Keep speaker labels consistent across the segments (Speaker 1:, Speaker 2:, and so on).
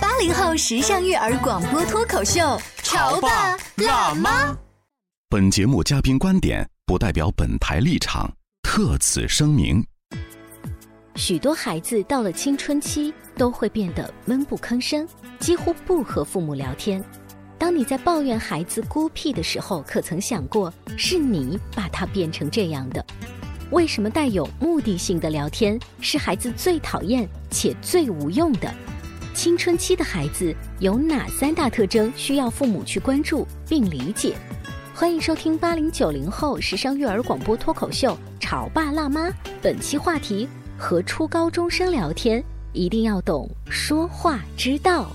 Speaker 1: 八零后时尚育儿广播脱口秀，潮爸辣妈。
Speaker 2: 妈。
Speaker 3: 本节目嘉宾观点不代表本台立场，特此声明。
Speaker 4: 许多孩子到了青春期都会变得闷不吭声，几乎不和父母聊天。当你在抱怨孩子孤僻的时候，可曾想过是你把他变成这样的？为什么带有目的性的聊天是孩子最讨厌且最无用的？青春期的孩子有哪三大特征需要父母去关注并理解？欢迎收听八零九零后时尚育儿广播脱口秀《潮爸辣妈》，本期话题：和初高中生聊天一定要懂说话之道。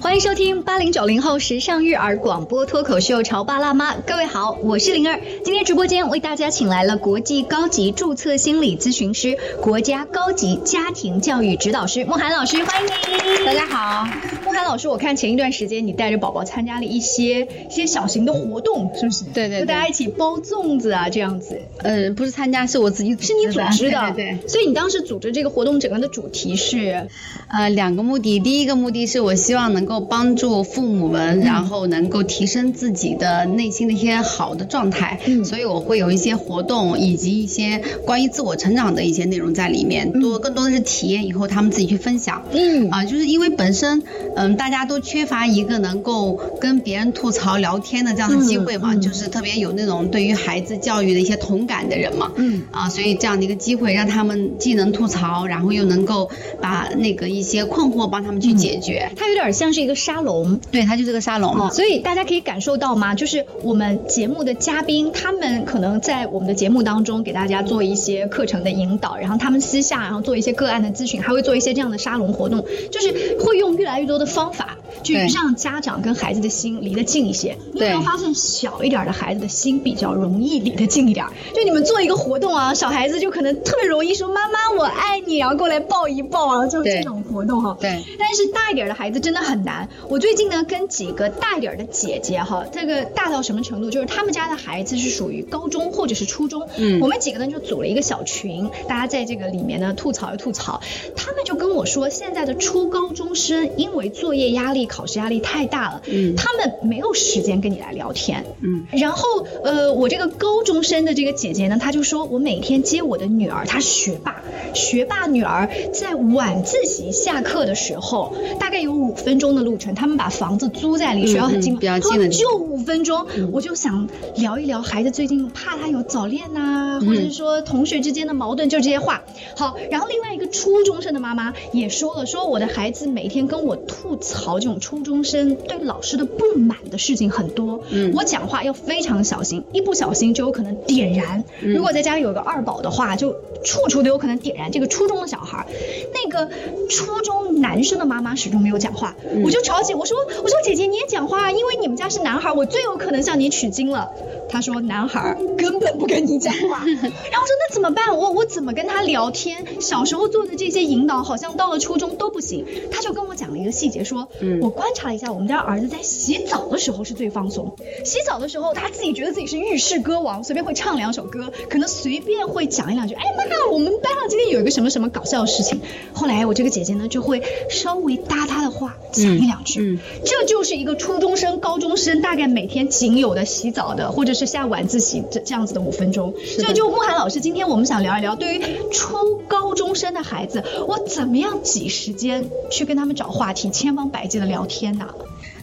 Speaker 5: 欢迎收听八零九零后时尚育儿广播脱口秀《潮爸辣妈》。各位好，我是灵儿。今天直播间为大家请来了国际高级注册心理咨询师、国家高级家庭教育指导师慕涵老师，欢迎您。大家好，慕涵老师，我看前一段时间你带着宝宝参加了一些一些小型的活动，是不是？
Speaker 6: 对对对
Speaker 5: 和大家一起包粽子啊，这样子。
Speaker 6: 呃，不是参加，是我自己
Speaker 5: 是你组织的，
Speaker 6: 对对对。
Speaker 5: 所以你当时组织这个活动，整个的主题是，
Speaker 6: 呃，两个目的，第一个目的是我希望能够帮助父母
Speaker 5: 嗯
Speaker 6: 们，然后能够提升自己的内心的一些好的状态，
Speaker 5: 嗯
Speaker 6: 所以我会有一些活动以及一些关于自我成长的一些内容在里面，多更多的是体验以后他们自己去分享。
Speaker 5: 嗯
Speaker 6: 啊，就是因为本身，嗯，大家都缺乏一个能够跟别人吐槽聊天的这样的机会
Speaker 5: 嗯
Speaker 6: 嘛，就是特别有那种对于孩子教育的一些同感的人嘛，
Speaker 5: 嗯，
Speaker 6: 啊，所以这样的一个机会，让他们既能吐槽，然后又能够把那个一些困惑帮他们去解决。
Speaker 5: 它有点像是一个沙龙，
Speaker 6: 对，它就是个沙龙嘛。
Speaker 5: 所以大家可以感受到吗？就是我们节目的嘉宾，他们可能在我们的节目当中给大家做一些课程的引导，然后他们私下然后做一些个案的咨询，还会做一些这样的沙龙活动，就是会用越来越多的方法去
Speaker 6: 对
Speaker 5: 让家长跟孩子的心离得近一些。你有没有
Speaker 6: 对
Speaker 5: 发现小一点的孩子的心比较容易离得近一点儿？就你们做一个活动啊，小孩子就可能特别容易说妈妈我爱你，然后过来抱一抱啊，就是这
Speaker 6: 对
Speaker 5: 种活动哈、
Speaker 6: 对，
Speaker 5: 但是大一点的孩子真的很难。我最近呢跟几个大一点的姐姐哈，这个大到什么程度？就是他们家的孩子是属于高中或者是初中，
Speaker 6: 嗯
Speaker 5: 我们几个呢就组了一个小群，大家在这个里面呢吐槽一吐槽。他们就跟我说，现在的初高中生因为作业压力、考试压力太大了，
Speaker 6: 嗯
Speaker 5: 他们没有时间跟你来聊天，
Speaker 6: 嗯，
Speaker 5: 然后，呃，我这个高中生的这个姐姐呢，她就说我每天接我的女儿，她学霸，学霸女儿在晚自习下课的时候，大概有五分钟的路程，他们把房子租在离学校很近
Speaker 6: 嗯
Speaker 5: 嘛，
Speaker 6: 嗯比较
Speaker 5: 她说
Speaker 6: 近的地
Speaker 5: 就五分钟，我就想聊一聊孩子最近怕他有早恋呐、或者
Speaker 6: 嗯
Speaker 5: 是说同学之间的矛盾，就这些话。好，然后另外一个初中生的妈妈也说了，说我的孩子每天跟我吐槽这种初中生对老师的不满的事情很多，
Speaker 6: 嗯
Speaker 5: 我讲话要非常小心，一不小心就有可能点燃。
Speaker 6: 嗯
Speaker 5: 如果在家里有个二宝的话，就处处都有可能点燃这个初中的小孩儿。那个初中男生的妈妈始终没有讲话，
Speaker 6: 嗯
Speaker 5: 我就吵起我说我说姐姐你也讲话，啊因为你们家是男孩儿，我最有可能向你取经了。他说男孩儿根本不跟你讲话，然后我说那怎么办？我我怎么跟他聊天？小时候做的这些引导，好像到了初中都不行。他就跟我讲了一个细节，说，
Speaker 6: 嗯
Speaker 5: 我观察了一下，我们家儿子在洗澡的时候是最放松，洗澡的时候他自己觉得自己是浴室歌王，随便会唱两首歌，可能随便会讲一两句，哎妈，我们班上今天有一个什么什么搞笑的事情。后来我这个姐姐呢，就会稍微搭他的话讲一两句。
Speaker 6: 嗯
Speaker 5: 这就是一个初中生、高中生大概每天仅有的洗澡的，或者是下晚自习这这样子的五分钟。
Speaker 6: 的
Speaker 5: 所以就慕寒老师，今天我们想聊一聊，对于初高中生的孩子，我怎么样挤时间去跟他们找话题，千方百计的聊天呐、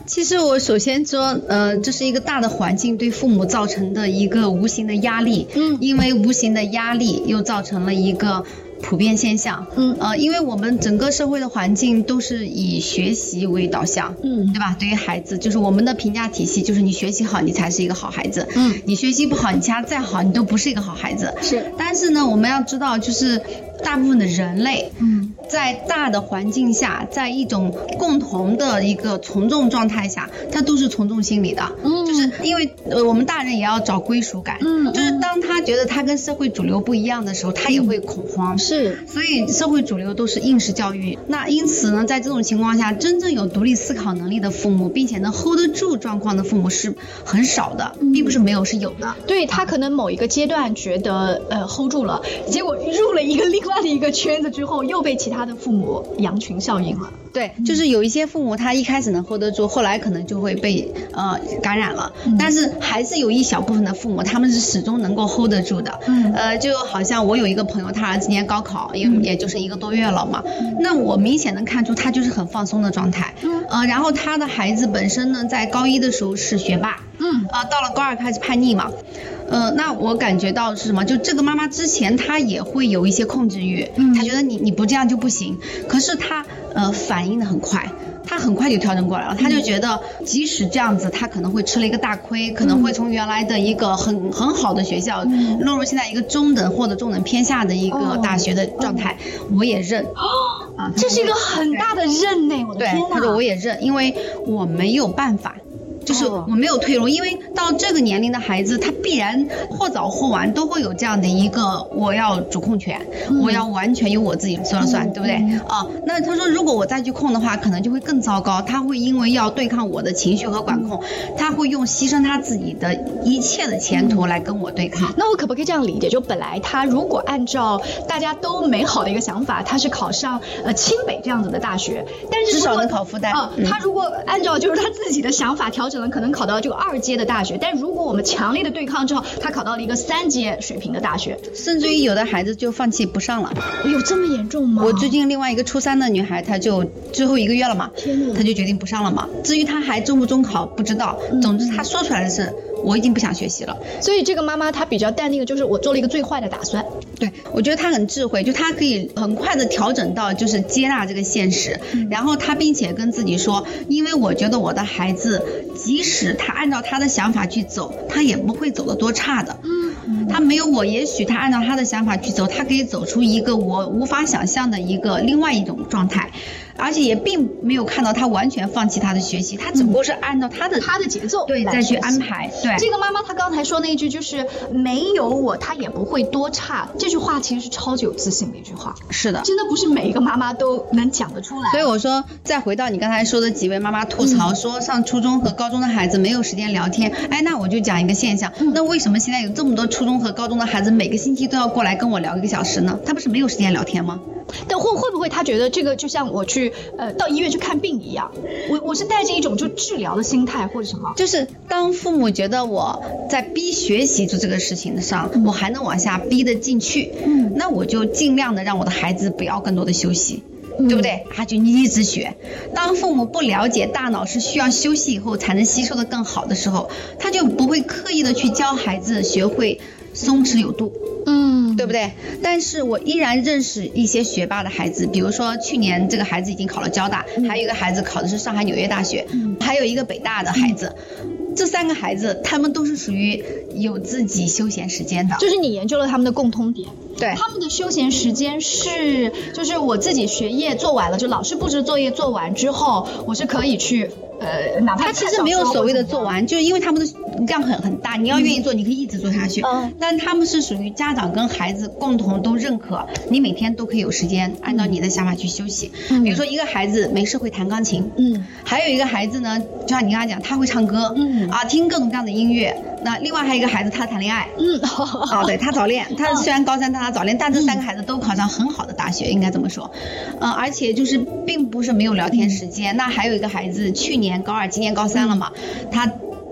Speaker 6: 其实我首先说，呃，这是一个大的环境对父母造成的一个无形的压力，
Speaker 5: 嗯
Speaker 6: 因为无形的压力又造成了一个普遍现象，
Speaker 5: 嗯
Speaker 6: 呃，因为我们整个社会的环境都是以学习为导向，
Speaker 5: 嗯
Speaker 6: 对吧？对于孩子，就是我们的评价体系就是你学习好，你才是一个好孩子，
Speaker 5: 嗯
Speaker 6: 你学习不好，你家再好，你都不是一个好孩子，
Speaker 5: 是
Speaker 6: 但是呢，我们要知道，就是大部分的人类，
Speaker 5: 嗯，
Speaker 6: 在大的环境下，在一种共同的一个从众状态下，他都是从众心理的。
Speaker 5: 嗯
Speaker 6: 就是因为呃，我们大人也要找归属感。
Speaker 5: 嗯
Speaker 6: 就是
Speaker 5: 嗯
Speaker 6: 当他觉得他跟社会主流不一样的时候，他也会恐慌。
Speaker 5: 嗯是
Speaker 6: 所以社会主流都是应试教育，那因此呢，在这种情况下，真正有独立思考能力的父母，并且能 hold 得住状况的父母是很少的，
Speaker 5: 嗯
Speaker 6: 并不是没有，是有的。
Speaker 5: 对他可能某一个阶段觉得呃 hold 住了，结果入了一个另外的一个圈子之后，又被其他的父母羊群效应了。
Speaker 6: 对，就是有一些父母他一开始能 hold 得住，后来可能就会被呃感染了
Speaker 5: 嗯。
Speaker 6: 但是还是有一小部分的父母，他们是始终能够 hold 得住的。
Speaker 5: 嗯
Speaker 6: 呃，就好像我有一个朋友，他儿子今年高考，也也就是一个多月了嘛。那我明显能看出他就是很放松的状态。
Speaker 5: 嗯
Speaker 6: 呃，然后他的孩子本身呢，在高一的时候是学霸。
Speaker 5: 嗯
Speaker 6: 啊，到了高二开始叛逆嘛，呃，那我感觉到是什么？就这个妈妈之前她也会有一些控制欲，
Speaker 5: 嗯
Speaker 6: 她觉得你你不这样就不行，可是她呃反应的很快。她很快就调整过来了，她就觉得即使这样子，她可能会吃了一个大亏，可能会从原来的一个很很好的学校
Speaker 5: 嗯
Speaker 6: 落入现在一个中等或者中等偏下的一个
Speaker 5: 哦
Speaker 6: 大学的状态，我也认。啊，
Speaker 5: 这是一个很大的认内，我的
Speaker 6: 对
Speaker 5: 天，
Speaker 6: 他说
Speaker 5: 呐！
Speaker 6: 我也认，因为我没有办法。就是
Speaker 5: 哦
Speaker 6: 我没有退路，因为到这个年龄的孩子，他必然或早或晚都会有这样的一个我要主控权，
Speaker 5: 嗯
Speaker 6: 我要完全由我自己说了算，对不对？啊，那他说如果我再去控的话，可能就会更糟糕。他会因为要对抗我的情绪和管控，
Speaker 5: 嗯
Speaker 6: 他会用牺牲他自己的一切的前途来跟我对抗。
Speaker 5: 那我可不可以这样理解？就本来他如果按照大家都美好的一个想法，他是考上呃清北这样子的大学，但是
Speaker 6: 至少
Speaker 5: 如果
Speaker 6: 能考复旦
Speaker 5: 啊、
Speaker 6: 嗯
Speaker 5: 他如果按照就是他自己的想法调整了，可能考到这个二阶的大学，但如果我们强烈的对抗之后，他考到了一个三阶水平的大学，
Speaker 6: 甚至于有的孩子就放弃不上了。
Speaker 5: 有这么严重吗？
Speaker 6: 我最近另外一个初三的女孩，她就最后一个月了嘛
Speaker 5: 天哪，
Speaker 6: 她就决定不上了嘛。至于她还中不中考不知道，
Speaker 5: 嗯
Speaker 6: 总之她说出来的是，我已经不想学习了。
Speaker 5: 所以这个妈妈她比较淡定的，就是我做了一个最坏的打算。
Speaker 6: 对，我觉得她很智慧，就她可以很快的调整到就是接纳这个现实，
Speaker 5: 嗯
Speaker 6: 然后她并且跟自己说，因为我觉得我的孩子，即使他按照他的想法去走，他也不会走得多差的。
Speaker 5: 嗯，
Speaker 6: 他没有我，也许他按照他的想法去走，他可以走出一个我无法想象的一个另外一种状态，而且也并没有看到他完全放弃他的学习，他只不过是按照他的、
Speaker 5: 她嗯的节奏
Speaker 6: 对
Speaker 5: 来
Speaker 6: 再去
Speaker 5: 学习
Speaker 6: 安。排，对。
Speaker 5: 这个妈妈她刚才说那一句就是没有我她也不会多差，这句话其实是超级有自信的一句话，
Speaker 6: 是的，
Speaker 5: 真的不是每一个妈妈都能讲得出来。
Speaker 6: 所以我说，再回到你刚才说的几位妈妈吐槽说上初中和高中的孩子没有时间聊天，哎，那我就讲一个现象，那为什么现在有这么多初中和高中的孩子每个星期都要过来跟我聊一个小时呢？他不是没有时间聊天吗？
Speaker 5: 但会会不会她觉得这个就像我去呃到医院去看病一样，我我是带着一种就治疗的心态或者什么？
Speaker 6: 就是当父母觉得我在逼学习做这个事情上，我还能往下逼得进去，
Speaker 5: 嗯
Speaker 6: 那我就尽量的让我的孩子不要更多的休息。
Speaker 5: 嗯
Speaker 6: 对不对？他就一直学。当父母不了解大脑是需要休息以后才能吸收的更好的时候，他就不会刻意的去教孩子学会松弛有度。
Speaker 5: 嗯，
Speaker 6: 对不对？但是我依然认识一些学霸的孩子，比如说去年这个孩子已经考了交大，
Speaker 5: 嗯
Speaker 6: 还有一个孩子考的是上海纽约大学，还有一个北大的孩子。
Speaker 5: 嗯
Speaker 6: 这三个孩子，他们都是属于有自己休闲时间的，
Speaker 5: 就是你研究了他们的共通点。
Speaker 6: 对
Speaker 5: 他们的休闲时间是，就是我自己学业做完了，就老师布置作业做完之后，我是可以去，呃，哪怕
Speaker 6: 他其实没有所谓的做
Speaker 5: 完，
Speaker 6: 完，就是因为他们的量很很大，你要愿意做，你可以一直做下去。
Speaker 5: 嗯
Speaker 6: 但他们是属于家长跟孩子共同都认可，你每天都可以有时间按照你的想法去休息。
Speaker 5: 嗯
Speaker 6: 比如说一个孩子没事会弹钢琴，
Speaker 5: 嗯，
Speaker 6: 还有一个孩子呢，就像你刚才讲，他会唱歌，
Speaker 5: 嗯
Speaker 6: 啊，听各种各样的音乐。那另外还有一个孩子，他谈恋爱，
Speaker 5: 嗯，
Speaker 6: 啊，对他早恋，他虽然高三，但他早恋，但这三个孩子都考上很好的大学，应该这么说，呃，而且就是并不是没有聊天时
Speaker 5: 嗯
Speaker 6: 间。那还有一个孩子，去年高二，今年高三了嘛，他。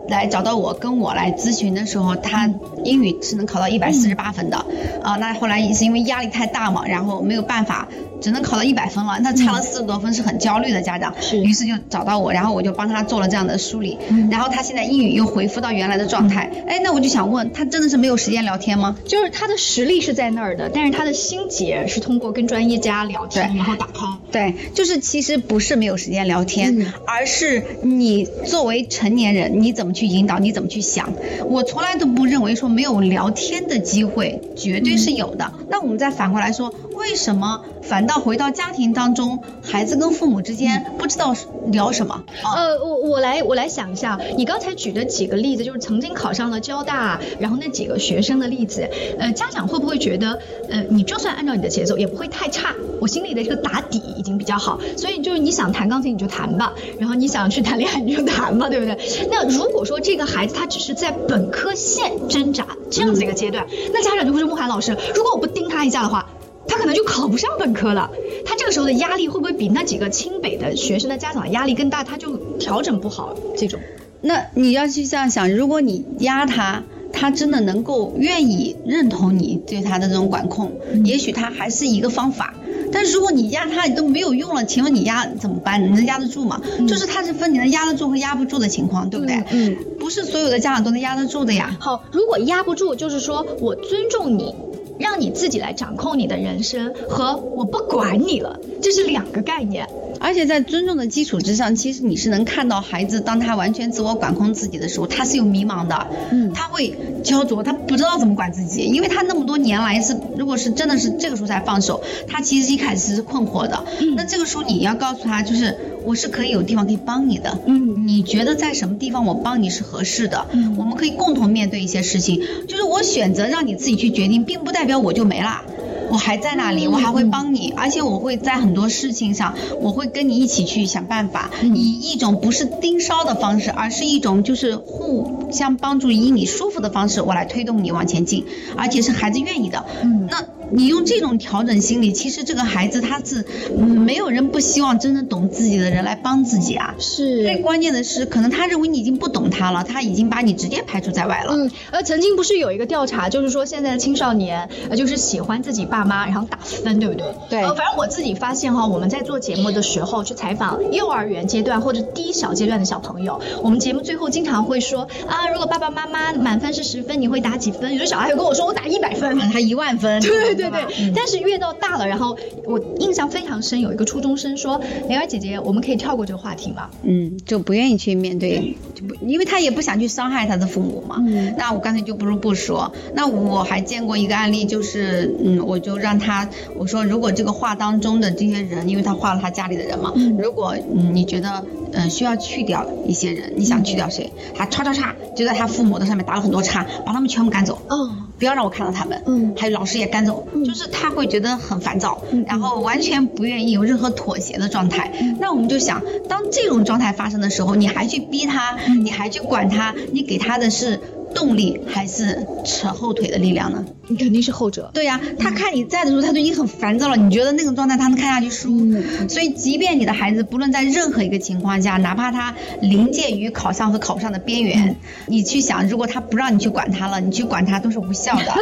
Speaker 6: 来找到我，跟我来咨询的时候，他英语是能考到一百四十八分的，啊、那后来也是因为压力太大嘛，然后没有办法，只能考到一百分了，那差了四十多分是很焦虑的家长，
Speaker 5: 是
Speaker 6: 于是就找到我，然后我就帮他做了这样的梳理，然后他现在英语又恢复到原来的状态，哎，那我就想问他真的是没有时间聊天吗？
Speaker 5: 就是他的实力是在那儿的，但是他的心结是通过跟专业家聊天，
Speaker 6: 对
Speaker 5: 然后打开。
Speaker 6: 对，就是其实不是没有时间聊天，而是你作为成年人，你怎么去引导，你怎么去想。我从来都不认为说没有聊天的机会，绝对是有的。那我们再反过来说，为什么反倒回到家庭当中，孩子跟父母之间不知道聊什么？啊，
Speaker 5: 呃，我我来我来想一下，你刚才举的几个例子，就是曾经考上了交大，然后那几个学生的例子，呃，家长会不会觉得，呃，你就算按照你的节奏，也不会太差，我心里的这个打底已经比较好，所以就是你想弹钢琴你就弹吧，然后你想去谈恋爱你就谈吧，对不对？那如果说这个孩子他只是在本科线挣扎这样子一个阶段，那家长就会说，慕寒老师，如果我不盯他一下的话，他可能就考不上本科了。他这个时候的压力会不会比那几个清北的学生的家长的压力更大？他就调整不好这种。
Speaker 6: 那你要去这样想，如果你压他。他真的能够愿意认同你对他的这种管控，
Speaker 5: 嗯
Speaker 6: 也许他还是一个方法。但是如果你压他你都没有用了，请问你压怎么办？你能压得住吗？就是它是分你能压得住和压不住的情况，对不对？
Speaker 5: 嗯嗯
Speaker 6: 不是所有的家长都能压得住的呀。
Speaker 5: 好，如果压不住，就是说我尊重你，让你自己来掌控你的人生，和我不管你了，这是两个概念。
Speaker 6: 而且在尊重的基础之上，其实你是能看到孩子当他完全自我管控自己的时候，他是有迷茫的，
Speaker 5: 嗯
Speaker 6: 他会焦灼，他不知道怎么管自己，因为他那么多年来是，如果是真的是这个时候才放手，他其实一开始是困惑的。
Speaker 5: 嗯
Speaker 6: 那这个时候你要告诉他，就是我是可以有地方可以帮你的，
Speaker 5: 嗯，
Speaker 6: 你觉得在什么地方我帮你是合适的，
Speaker 5: 嗯
Speaker 6: 我们可以共同面对一些事情，就是我选择让你自己去决定，并不代表我就没啦。我还在那
Speaker 5: 嗯
Speaker 6: 里，我还会帮你，而且我会在很多事情上，我会跟你一起去想办法，
Speaker 5: 嗯
Speaker 6: 以一种不是盯梢的方式，而是一种就是互相帮助，以你舒服的方式，我来推动你往前进，而且是孩子愿意的。
Speaker 5: 嗯
Speaker 6: 那你用这种调整心理，其实这个孩子他是嗯没有人不希望真正懂自己的人来帮自己啊。最
Speaker 5: 是。
Speaker 6: 关键的是，可能他认为你已经不懂他了，他已经把你直接排除在外了。
Speaker 5: 嗯，呃，曾经不是有一个调查，就是说现在的青少年，呃，就是喜欢自己爸妈，然后打分，对不对？
Speaker 6: 对
Speaker 5: 呃，反正我自己发现哈，我们在做节目的时候去采访幼儿园阶段或者低小阶段的小朋友，我们节目最后经常会说啊，如果爸爸妈妈满分是十分，你会打几分？有的小孩会跟我说我打一百 分。
Speaker 6: 他一万分，
Speaker 5: 对对对，
Speaker 6: 嗯
Speaker 5: 但是越到大了，然后我印象非常深，有一个初中生说：“梅儿姐姐，我们可以跳过这个话题吗？”
Speaker 6: 嗯，就不愿意去面对，就不，因为他也不想去伤害他的父母嘛。
Speaker 5: 嗯
Speaker 6: 那我干脆就不如不说。那我还见过一个案例，就是，嗯，我就让他，我说如果这个画当中的这些人，因为他画了他家里的人嘛，如果嗯你觉得嗯需要去掉一些人，你想去掉谁，
Speaker 5: 嗯
Speaker 6: 他叉叉叉就在他父母的上面打了很多叉，把他们全部赶走。
Speaker 5: 哦，
Speaker 6: 不要让我看到他们，
Speaker 5: 嗯
Speaker 6: 还有老师也赶走，就是他会觉得很烦躁，然后完全不愿意有任何妥协的状
Speaker 5: 嗯
Speaker 6: 态。那我们就想，当这种状态发生的时候，你还去逼他，
Speaker 5: 嗯
Speaker 6: 你还去管他，你给他的是动力还是扯后腿的力量呢？
Speaker 5: 你肯定是后者。嗯
Speaker 6: 对呀、他看你在的时候，他就已经很烦躁了。你觉得那种状态他能看下去舒服？
Speaker 5: 嗯
Speaker 6: 所以，即便你的孩子不论在任何一个情况下，哪怕他临界于考上和考不上的边
Speaker 5: 嗯
Speaker 6: 缘，你去想，如果他不让你去管他了，你去管他都是无效 的。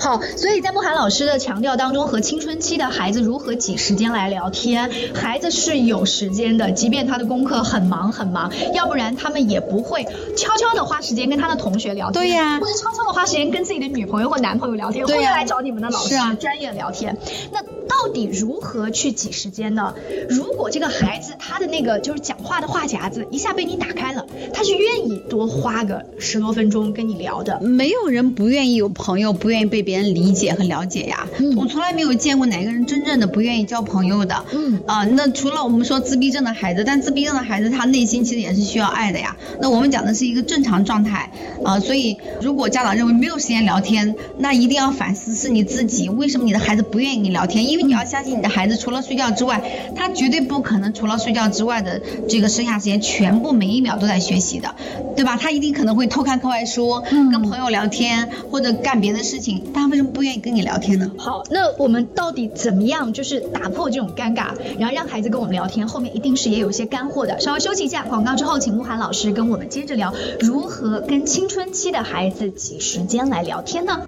Speaker 5: 好，所以在慕寒老师的强调当中，和青春期的孩子如何挤时间来聊天，孩子是有时间的，即便他的功课很忙很忙，要不然他们也不会悄悄的花时间跟他的同学聊天，
Speaker 6: 对呀
Speaker 5: 或者悄悄的花时间跟自己的女朋友或男朋友聊天，
Speaker 6: 对呀
Speaker 5: 或者来找你们的老师
Speaker 6: 是啊
Speaker 5: 专业聊天。那到底如何去挤时间呢？如果这个孩子他的那个就是讲话的话匣子一下被你打开了，他是愿意多花个十多分钟跟你聊的，
Speaker 6: 没有人不愿意有朋友，不愿意被别人理解和了解呀。
Speaker 5: 嗯
Speaker 6: 我从来没有见过哪个人真正的不愿意交朋友的。
Speaker 5: 嗯
Speaker 6: 啊、那除了我们说自闭症的孩子，但自闭症的孩子他内心其实也是需要爱的呀。那我们讲的是一个正常状态啊、所以如果家长认为没有时间聊天，那一定要反思是你自己为什么你的孩子不愿意跟你聊天，因为你要相信你的孩子除了睡觉之外，他绝对不可能除了睡觉之外的这个剩下时间全部每一秒都在学习的，对吧？他一定可能会偷看课外书，跟朋友聊天或者干别的事情，但他为什么不愿意跟你聊天呢？
Speaker 5: 好，那我们到底怎么样，就是打破这种尴尬，然后让孩子跟我们聊天？后面一定是也有一些干货的。稍微休息一下，广告之后，请慕寒老师跟我们接着聊如何跟青春期的孩子挤时间来聊天呢？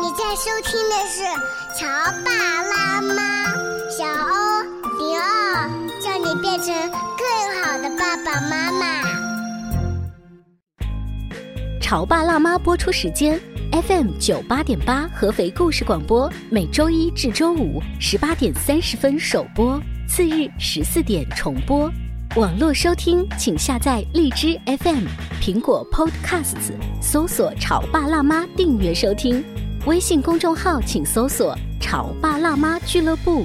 Speaker 7: 你在收听的是《潮爸辣妈》，小欧零二，叫你变成更好的爸爸妈妈。
Speaker 4: 《潮爸辣妈》播出时间：FM 九八点八合肥故事广播，每周一至周五十八点三十分首播，次日十四点重播。网络收听，请下载荔枝 FM、苹果 Podcasts，搜索“潮爸辣妈”订阅收听。微信公众号请搜索“潮爸辣妈俱乐部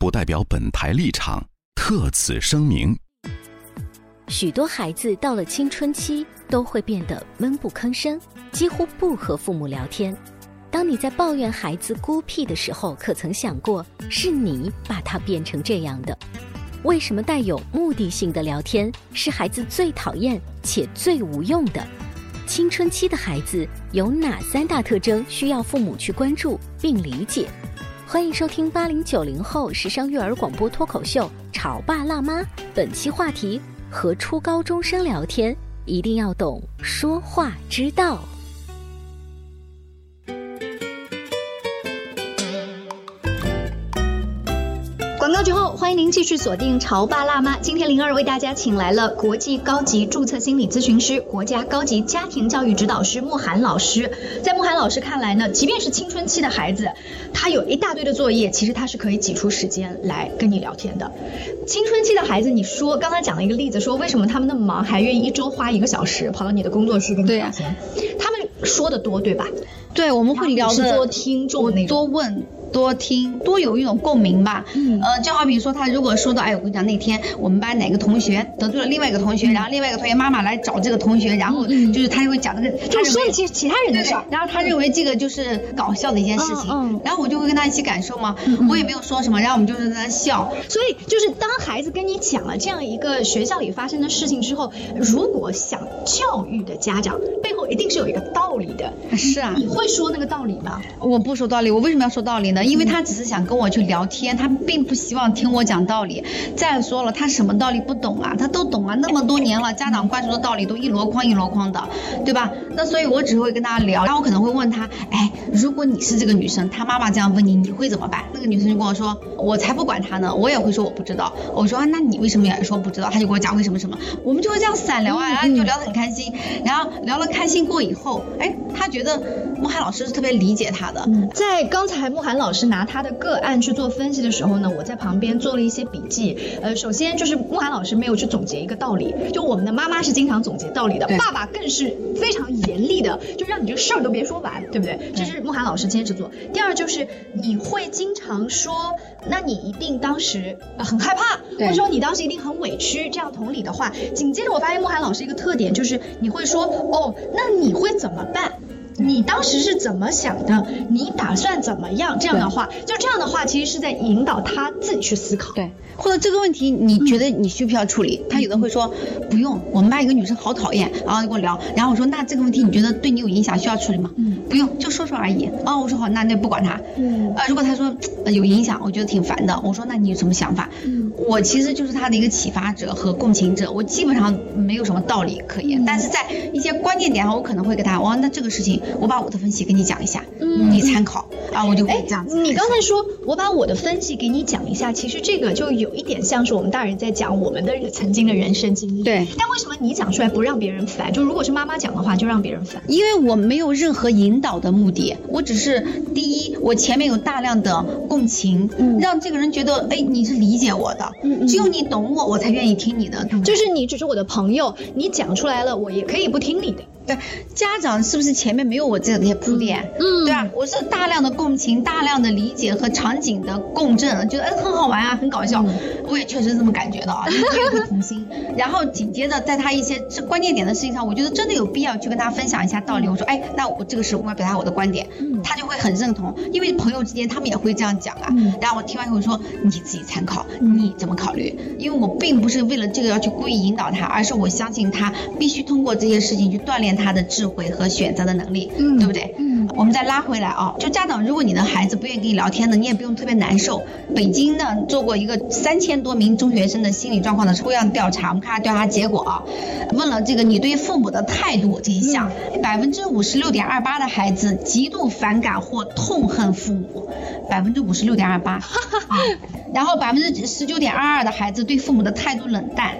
Speaker 3: 不代表本台立场，特此声明。》。
Speaker 4: 许多孩子到了青春期都会变得闷不吭声，几乎不和父母聊天。当你在抱怨孩子孤僻的时候，可曾想过是你把他变成这样的？为什么带有目的性的聊天是孩子最讨厌且最无用的？青春期的孩子有哪三大特征需要父母去关注并理解？欢迎收听八零九零后时尚育儿广播脱口秀《潮爸辣妈》，本期话题：和初高中生聊天一定要懂说话之道。
Speaker 8: 广告之后，欢迎您继续锁定《潮爸辣妈》。今天灵儿为大家请来了国际高级注册心理咨询师、国家高级家庭教育指导师慕寒老师。在慕寒老师看来呢，即便是青春期的孩子，他有一大堆的作业，其实他是可以挤出时间来跟你聊天的。青春期的孩子，你说刚才讲了一个例子，说为什么他们那么忙，还愿意一周花一个小时跑到你的工作室跟你聊天？他们说的多，对吧？
Speaker 6: 对，我们会聊
Speaker 8: 是
Speaker 6: 的
Speaker 8: 多听众那种。
Speaker 6: 多问。多听，多有一种共鸣吧。
Speaker 8: 嗯
Speaker 6: 呃，就好比说，他如果说到，哎，我跟你讲，那天我们班哪个同学得罪了另外一个同学，然后另外一个同学妈妈来找这个同学，然后就是嗯他就会讲那个，他
Speaker 8: 就
Speaker 6: 认
Speaker 8: 说
Speaker 6: 为
Speaker 8: 其实其他人的事儿，
Speaker 6: 然后他认为这个就是搞笑的一件事情，
Speaker 8: 嗯嗯
Speaker 6: 然后我就会跟他一起感受嘛，我也没有说什么，然后我们就是在那笑，
Speaker 8: 所以就是当孩子跟你讲了这样一个学校里发生的事情之后，如果想教育的家长，背后一定是有一个道理的。
Speaker 6: 是啊
Speaker 8: 你，会说那个道理吗？
Speaker 6: 我不说道理，我为什么要说道理呢？因为他只是想跟我去聊天，他并不希望听我讲道理。再说了，他什么道理不懂啊？他都懂啊，那么多年了，家长灌输的道理都一箩筐一箩筐的，对吧？那所以我只会跟他聊，然后我可能会问他，哎，如果你是这个女生，她妈妈这样问你，你会怎么办？那个女生就跟我说，我才不管她呢，我也会说我不知道。我说、啊、那你为什么也说不知道？她就给我讲为什么什么，我们就会这样散聊啊，然后你就聊得很开心，然后聊了开心过以后，哎，她觉得慕寒老师是特别理解她的，
Speaker 8: 在刚才慕寒老师拿他的个案去做分析的时候呢，我在旁边做了一些笔记。呃，首先就是慕寒老师没有去总结一个道理，就我们的妈妈是经常总结道理的
Speaker 6: 对，
Speaker 8: 爸爸更是非常严厉的，就让你这个事儿都别说完，对不对？这是慕寒老师坚持做。第二就是你会经常说，那你一定当时呃很害怕，或
Speaker 6: 对
Speaker 8: 者说你当时一定很委屈，这样同理的话。紧接着我发现慕寒老师一个特点就是你会说，哦，那你会怎么办？你当时是怎么想的？你打算怎么样？这样的话，就这样的话，其实是在引导他自己去思考。
Speaker 6: 对，或者这个问题你
Speaker 8: 嗯
Speaker 6: 觉得你需不需要处理？他有的会说不用，我们班一个女生好讨厌，然后就跟我聊，然后我说那这个问题你觉得对你有影响需要处理吗？
Speaker 8: 嗯，
Speaker 6: 不用，就说说而已。啊，我说好，那那不管他。
Speaker 8: 嗯
Speaker 6: 啊，如果他说呃有影响，我觉得挺烦的，我说那你有什么想法？
Speaker 8: 嗯
Speaker 6: 我其实就是他的一个启发者和共情者，我基本上没有什么道理可言，
Speaker 8: 嗯
Speaker 6: 但是在一些关键点上，我可能会给他，哦，那这个事情我把我的分析跟你讲一下，
Speaker 8: 嗯
Speaker 6: 你参考啊，我就会
Speaker 8: 哎
Speaker 6: 这样，子。
Speaker 8: 你刚才说我把我的分析给你讲一下，其实这个就有一点像是我们大人在讲我们的曾经的人生经历。
Speaker 6: 对。
Speaker 8: 但为什么你讲出来不让别人烦？就如果是妈妈讲的话，就让别人烦。
Speaker 6: 因为我没有任何引导的目的，我只是第一，我前面有大量的共情，
Speaker 8: 嗯
Speaker 6: 让这个人觉得，哎，你是理解我的，
Speaker 8: 嗯嗯
Speaker 6: 只有你懂我，我才愿意听你的。就
Speaker 8: 就是你只是我的朋友，你讲出来了，我也可以不听你的。
Speaker 6: 对家长是不是前面没有我这些铺垫？
Speaker 8: 嗯
Speaker 6: 对啊，我是大量的共情、大量的理解和场景的共振，觉得哎很好玩啊，很搞笑。我也确实这么感觉到啊，就是有一个童心。然后紧接着在他一些关键点的事情上，我觉得真的有必要去跟他分享一下道理。我说，哎，那我这个时候我要表达我的观点，他就会很认同，因为朋友之间他们也会这样讲啊。然后我听完以后说，你自己参考，你怎么考虑？因为我并不是为了这个要去故意引导他，而是我相信他必须通过这些事情去锻炼他的智慧和选择的能力，对不对？嗯，我们再拉回来啊，就家长，如果你的孩子不愿意跟你聊天呢，你也不用特别难受。北京呢做过一个三千多名中学生的心理状况的抽样调查，我们看下调查结果啊，问了这个你对父母的态度这一项，百分之五十六点二八的孩子极度反感或痛恨父母，百分之五十六点二八，啊然后百分之十九点二二的孩子对父母的态度冷淡。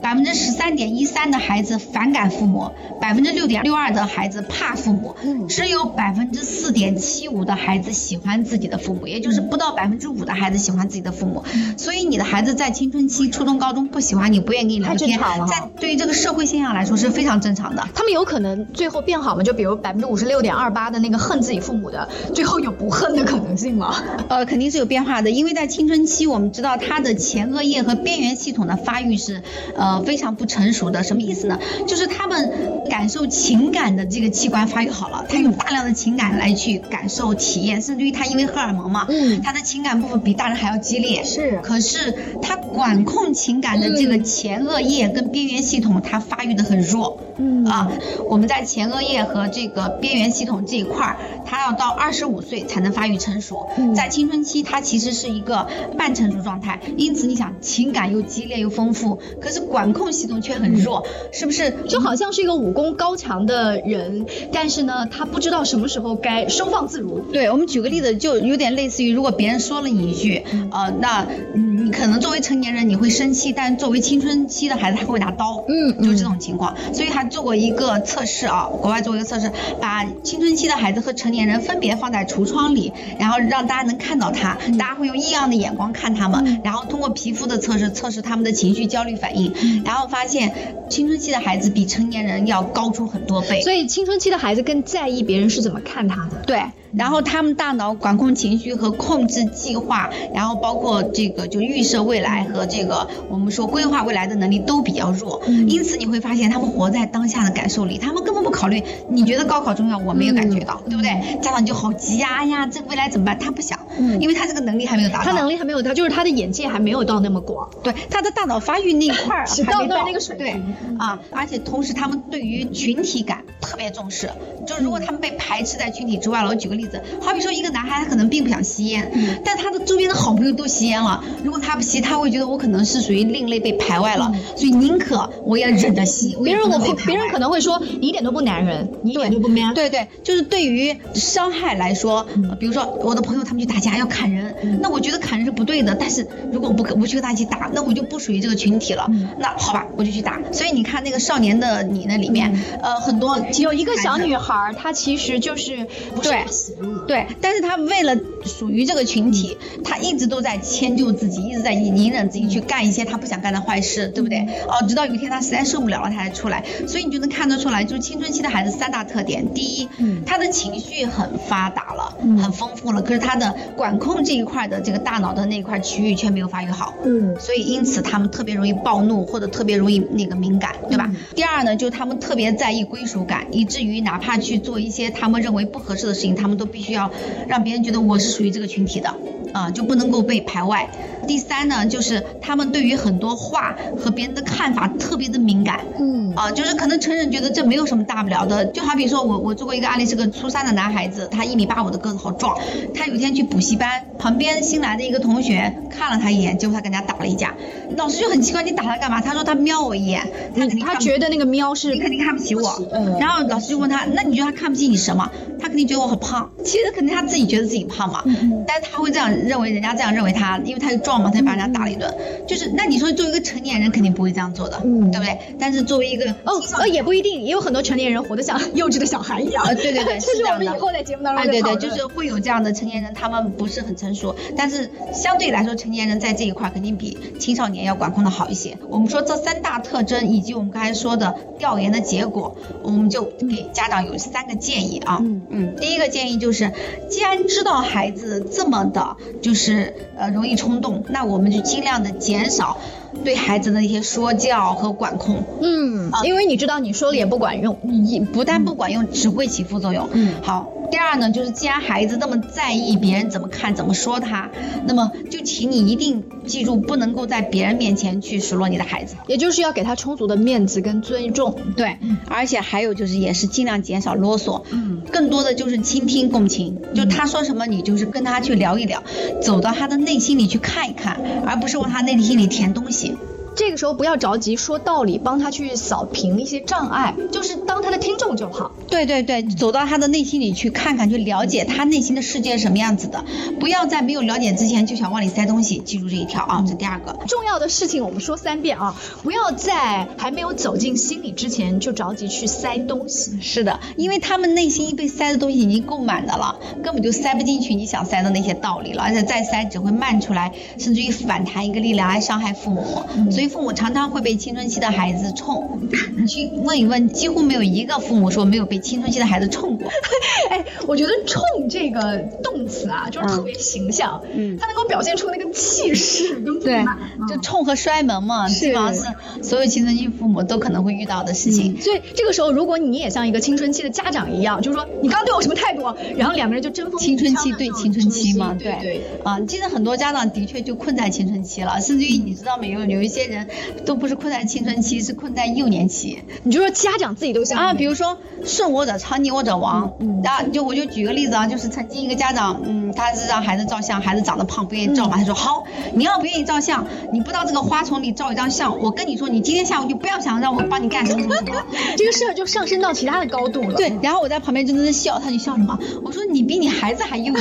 Speaker 6: 百分之十三点一三的孩子反感父母，百分之六点六二的孩子怕父母，
Speaker 8: 嗯
Speaker 6: 只有百分之四点七五的孩子喜欢自己的父母，也就是
Speaker 8: 嗯
Speaker 6: 不到百分之五的孩子喜欢自己的父母。所以你的孩子在青春期、初中、高中不喜欢你，不愿意跟你聊
Speaker 8: 太正
Speaker 6: 天
Speaker 8: 常了，哈
Speaker 6: 在对于这个社会现象来说是非常正常的。
Speaker 8: 他们有可能最后变好吗？就比如百分之五十六点二八的那个恨自己父母的，最后有不恨的可能性吗？
Speaker 6: 呃，肯定是有变化的，因为在青春期，我们知道他的前额叶和边缘系统的发育是呃非常不成熟的。什么意思呢？就是他们感受情感的这个器官发育好了，他用大量的情感来去感受、体验，甚至于他因为荷尔蒙嘛，他的情感部分比大人还要激烈。嗯是，可是他管控情感的这个前额叶跟边缘系统，它发育的很弱。嗯啊，我们在前额叶和这个边缘系统这一块儿，它要到二十五岁才能发育成熟，在青春期它其实是一个半成熟状态，因此你想情感又激烈又丰富，可是管控系统却很弱，是不是？
Speaker 8: 就好像是一个武功高强的人，但是呢，他不知道什么时候该收放自如。
Speaker 6: 对我们举个例子，就有点类似于，如果别人说了你一句，呃，那嗯你可能作为成年人你会生气，但作为青春期的孩子他会拿刀，嗯，就这种情况。所以他做过一个测试啊，国外做过一个测试，把青春期的孩子和成年人分别放在橱窗里，然后让大家能看到他，大家会用异样的眼光看他们，然后通过皮肤的测试测试他们的情绪焦虑反应，然后发现青春期的孩子比成年人要高出很多倍。
Speaker 8: 所以青春期的孩子更在意别人是怎么看他的。
Speaker 6: 对，然后他们大脑管控情绪和控制计划，然后包括这个就预设未来和这个我们说规划未来的能力都比较弱，因此你会发现他们活在当下的感受里，他们根本不考虑你觉得高考重要，我没有感觉到，对不对？家长就好急呀、哎呀，这未来怎么办？他不想，因为他这个能力还没有达到，
Speaker 8: 他能力还没有到，就是他的眼界还没有到那么广。
Speaker 6: 对他的大脑发育那一 块儿啊
Speaker 8: 只
Speaker 6: 还没
Speaker 8: 到那儿那个水嗯
Speaker 6: 对啊，而且同时他们对于群体感特别重视，就是如果他们被排斥在群体之外了，我举个例子，好比说一个男孩他可能并不想吸烟，
Speaker 8: 嗯
Speaker 6: 但他的周边的好朋友都吸烟了，如果他不吸，他会觉得我可能是属于另类被排外了，所以宁可我也忍着吸，
Speaker 8: 嗯别人我
Speaker 6: 我也不能被
Speaker 8: 会，
Speaker 6: 排
Speaker 8: 别人
Speaker 6: 外
Speaker 8: 可能会说你一点都不男人，你一点都不 man。
Speaker 6: 对对，就是对于伤害来说，
Speaker 8: 嗯
Speaker 6: 呃比如说我的朋友他们去打架要砍人，那我觉得砍人是不对的，但是如果我不跟我去跟他一起打，那我就不属于这个群体了。
Speaker 8: 嗯
Speaker 6: 那好吧，我就去打。所以你看那个《少年的你》那里面，呃，很多
Speaker 8: 嗯有一个小女孩儿，她其实就是不是
Speaker 6: 对对，但是她为了属于这个群体，她一直都在迁就自己，一直在隐忍自己去干一些她不想干的坏事，对不对？哦，直到有一天她实在受不了了，她才出来。所以你就能看得出来，就是青春期的孩子三大特点：第一，他的情绪很发达了，很丰富了，可是他的管控这一块的这个大脑的那块区域却没有发育好。
Speaker 8: 嗯，
Speaker 6: 所以因此他们特别容易暴怒或者特别容易那个敏感，对吧？第二呢，就是他们特别在意归属感，以至于哪怕去做一些他们认为不合适的事情，他们都必须要让别人觉得我是属于这个群体的，啊、就不能够被排外。第三呢，就是他们对于很多话和别人的看法特别的敏感，
Speaker 8: 嗯，
Speaker 6: 啊、就是可能成人觉得这没有什么大不了的，就好比说我我做过一个案例，是个初三的男孩子，他一米八五的个子好壮，他有一天去补习班，旁边新来的一个同学看了他一眼，结果他跟人家打了一架，老师就很奇怪，你打他干嘛？他说他瞄我一眼，他肯定
Speaker 8: 她
Speaker 6: 看不
Speaker 8: 嗯觉得那个嗯喵是
Speaker 6: 你肯定看不起我。然后老师就问他，那你觉得他看不起你什么？他肯定觉得我很胖。其实肯定他自己觉得自己胖
Speaker 8: 嗯
Speaker 6: 嘛，但是他会这样认为，人家这样认为他，因为他就壮嘛，他就把人家打了一顿。就是那你说作为一个成年人肯定不会这样做
Speaker 8: 嗯
Speaker 6: 的，对不对？但是作为一个
Speaker 8: 哦呃也不一定，也有很多成年人活得像幼稚的小孩一样。
Speaker 6: 呃对 对对，
Speaker 8: 这
Speaker 6: 这
Speaker 8: 是我
Speaker 6: 样
Speaker 8: 们
Speaker 6: 的。
Speaker 8: 以后在节目当中
Speaker 6: 哎，
Speaker 8: 的
Speaker 6: 对
Speaker 8: 讨
Speaker 6: 对，
Speaker 8: 论
Speaker 6: 就是会有这样的成年人，他们不是很成熟，但是相对来说，成年人在这一块肯定比青少年要管控的好一些。我们说这三大特征，以及我们刚才说的调研的结果，我们就给家长有三个建议啊。嗯嗯，第一个建议就是，既然知道孩子这么的，就是呃容易冲动，那我们就尽量的减少对孩子的一些说教和管控。
Speaker 5: 嗯，
Speaker 6: 啊
Speaker 5: 因为你知道你说了也不管用，
Speaker 6: 你不但不管用，只会起副作用。嗯，好。第二呢，就是既然孩子那么在意别人怎么看、怎么说他，那么就请你一定记住，不能够在别人面前去数落你的孩子，
Speaker 5: 也就是要给他充足的面子跟尊重。
Speaker 6: 对，而且还有就是也是尽量减少啰嗦，嗯，更多的就是倾听共情，就他说什么你就是跟他去聊一聊，走到他的内心里去看一看，而不是往他内心里填东西。
Speaker 5: 这个时候不要着急说道理，帮他去扫平一些障碍，就是当他的听众就好。
Speaker 6: 对对对，走到他的内心里去看看，去了解他内心的世界是什么样子的，不要在没有了解之前就想往里塞东西。记住这一条啊，这第二个
Speaker 5: 重要的事情我们说三遍啊，不要在还没有走进心里之前就着急去塞东西。
Speaker 6: 是的，因为他们内心被塞的东西已经够满的了，根本就塞不进去你想塞的那些道理了，而且再塞只会漫出来，甚至于反弹一个力量来伤害父母，嗯、所以。父母常常会被青春期的孩子冲，你去问一问，几乎没有一个父母说没有被青春期的孩子冲过。
Speaker 5: 哎，我觉得“冲”这个动词啊，就是特别形象，嗯，它能够表现出那个气势跟不满。嗯
Speaker 6: 就冲和摔门嘛，基本上是所有青春期父母都可能会遇到的事情。
Speaker 5: 所以这个时候，如果你也像一个青春期的家长一样，就是说你刚刚对我什么态度，然后两个人就针锋。
Speaker 6: 青春期对青春期嘛，
Speaker 5: 对对。
Speaker 6: 啊，现在很多家长的确就困在青春期了，甚至于你知道没有，有一些人。都不是困在青春期，是困在幼年期。
Speaker 5: 你就说家长自己都想
Speaker 6: 啊，比如说顺我者昌，逆我者亡。嗯，然后、啊、就我就举个例子啊，就是曾经一个家长，嗯，他是让孩子照相，孩子长得胖不愿意照嘛，嗯、他说好，你要不愿意照相，你不知道这个花丛里照一张相，我跟你说，你今天下午就不要想让我帮你干什么什么。
Speaker 5: 这个事儿就上升到其他的高度了。
Speaker 6: 对，然后我在旁边就在那笑，他就笑什么？我说你比你孩子还幼 稚，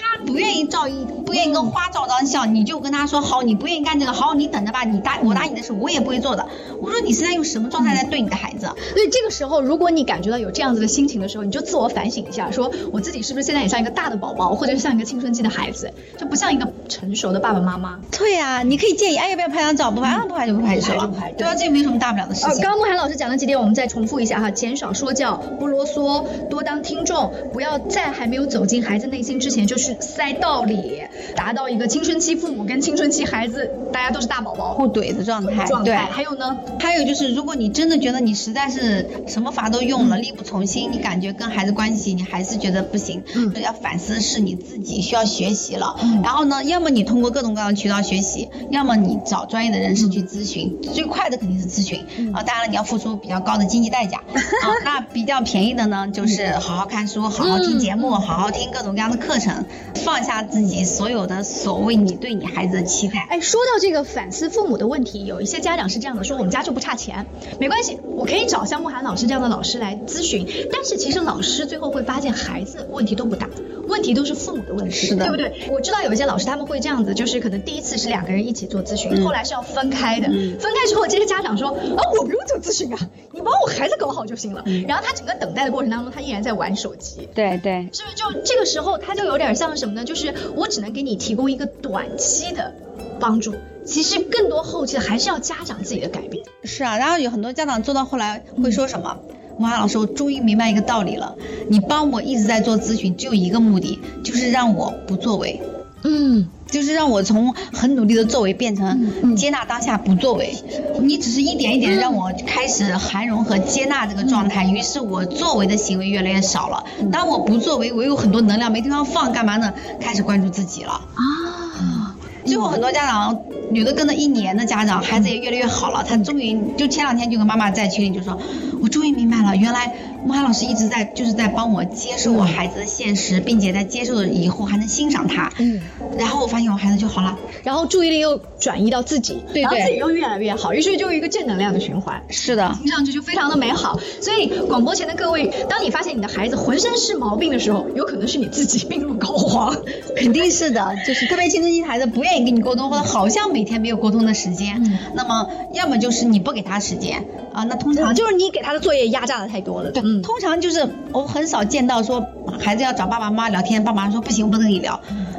Speaker 6: 他不愿意照一，不愿意跟花照张相，你就跟他说好，你不愿意干这个，好，你等着吧，你答。我答应的事我也不会做的。我说你是在用什么状态在对你的孩子？啊
Speaker 5: 所以这个时候，如果你感觉到有这样子的心情的时候，你就自我反省一下，说我自己是不是现在也像一个大的宝宝，或者是像一个青春期的孩子，就不像一个成熟的爸爸妈妈。
Speaker 6: 对呀、啊，你可以建议，哎，要不要拍张照？不拍啊，不拍就不拍啊就了。对啊，这没什么大不了的事情。
Speaker 5: 哦刚刚慕涵老师讲了几点，我们再重复一下哈：减少说教，不啰嗦，多当听众，不要在还没有走进孩子内心之前就是塞道理，达到一个青春期父母跟青春期孩子大家都是大宝宝
Speaker 6: 互怼。的状态，
Speaker 5: 状态
Speaker 6: 对，
Speaker 5: 还有呢，
Speaker 6: 还有就是，如果你真的觉得你实在是什么法都用了，力不从心，你感觉跟孩子关系你还是觉得不行，嗯，要反思是你自己需要学习了。嗯、然后呢，要么你通过各种各样的渠道学习，要么你找专业的人士去咨询，嗯、最快的肯定是咨询。嗯、啊，当然了，你要付出比较高的经济代价。 啊，那比较便宜的呢，就是好好看书，好好听节目，好好听各种各样的课程，放下自己所有的所谓你对你孩子的期待。
Speaker 5: 哎，说到这个反思父母的问题。问题有一些家长是这样的，说我们家就不差钱，没关系，我可以找像慕涵老师这样的老师来咨询。但是其实老师最后会发现孩子问题都不大，问题都是父母的问题，
Speaker 6: 是
Speaker 5: 对不对？我知道有一些老师他们会这样子，就是可能第一次是两个人一起做咨询，嗯、后来是要分开的。嗯、分开之后，这些家长说啊，我不用做咨询啊，你帮我孩子搞好就行了。嗯、然后他整个等待的过程当中，他依然在玩手机。
Speaker 6: 对对，
Speaker 5: 是不是就这个时候他就有点像什么呢？就是我只能给你提供一个短期的帮助。其实更多后期的还是要家长自己的改变。
Speaker 6: 是啊，然后有很多家长做到后来会说什么？莫涵、嗯、老师，我终于明白一个道理了，你帮我一直在做咨询，只有一个目的，就是让我不作为。
Speaker 5: 嗯。
Speaker 6: 就是让我从很努力的作为变成接纳当下不作为，你只是一点一点让我开始涵容和接纳这个状态，于是我作为的行为越来越少了。当我不作为，我有很多能量没地方放，干嘛呢？开始关注自己了
Speaker 5: 啊！
Speaker 6: 最后很多家长，有的跟了一年的家长，孩子也越来越好了，他终于就前两天就跟妈妈在群里就说，我终于明白了，原来。莫涵老师一直在，就是在帮我接受我孩子的现实，并且在接受了以后还能欣赏他。嗯，然后我发现我孩子就好了，
Speaker 5: 然后注意力又转移到自己，
Speaker 6: 对对
Speaker 5: 然后自己又越来越好，于是就是一个正能量的循环。
Speaker 6: 是的，
Speaker 5: 听上去就非常的美好。所以广播前的各位，当你发现你的孩子浑身是毛病的时候，有可能是你自己病入膏肓，
Speaker 6: 肯定是的。就是特别青春期孩子不愿意跟你沟通，或者好像每天没有沟通的时间，嗯、那么要么就是你不给他时间啊，那通常
Speaker 5: 就是你给他的作业压榨的太多了。对。
Speaker 6: 嗯、通常就是我很少见到说孩子要找爸爸妈妈聊天，爸妈说不行，我不能跟你聊。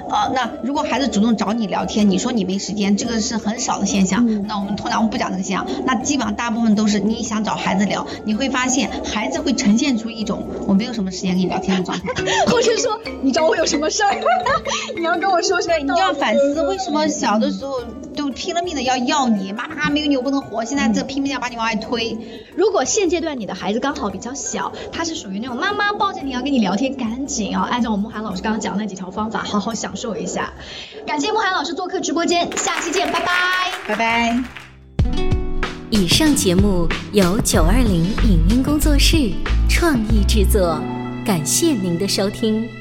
Speaker 6: 呃，那如果孩子主动找你聊天，你说你没时间，这个是很少的现象。那我们通常我们不讲这个现象，那基本上大部分都是你想找孩子聊，你会发现孩子会呈现出一种我没有什么时间跟你聊天的状态，
Speaker 5: 或者说你找我有什么事儿，你要跟我说说，
Speaker 6: 你就要反思为什么小的时候就拼了命的要要你，妈妈没有你我不能活，现在这拼命要把你往外推。
Speaker 8: 如果现阶段你的孩子刚好比较小，他是属于那种妈妈抱着你要跟你聊天，赶紧啊，按照我们韩老师刚刚讲的那几条方法，好好享受一下。感谢慕寒老师做客直播间，下期见，拜拜，
Speaker 6: 拜拜。
Speaker 4: 以上节目由九二零影音工作室创意制作，感谢您的收听。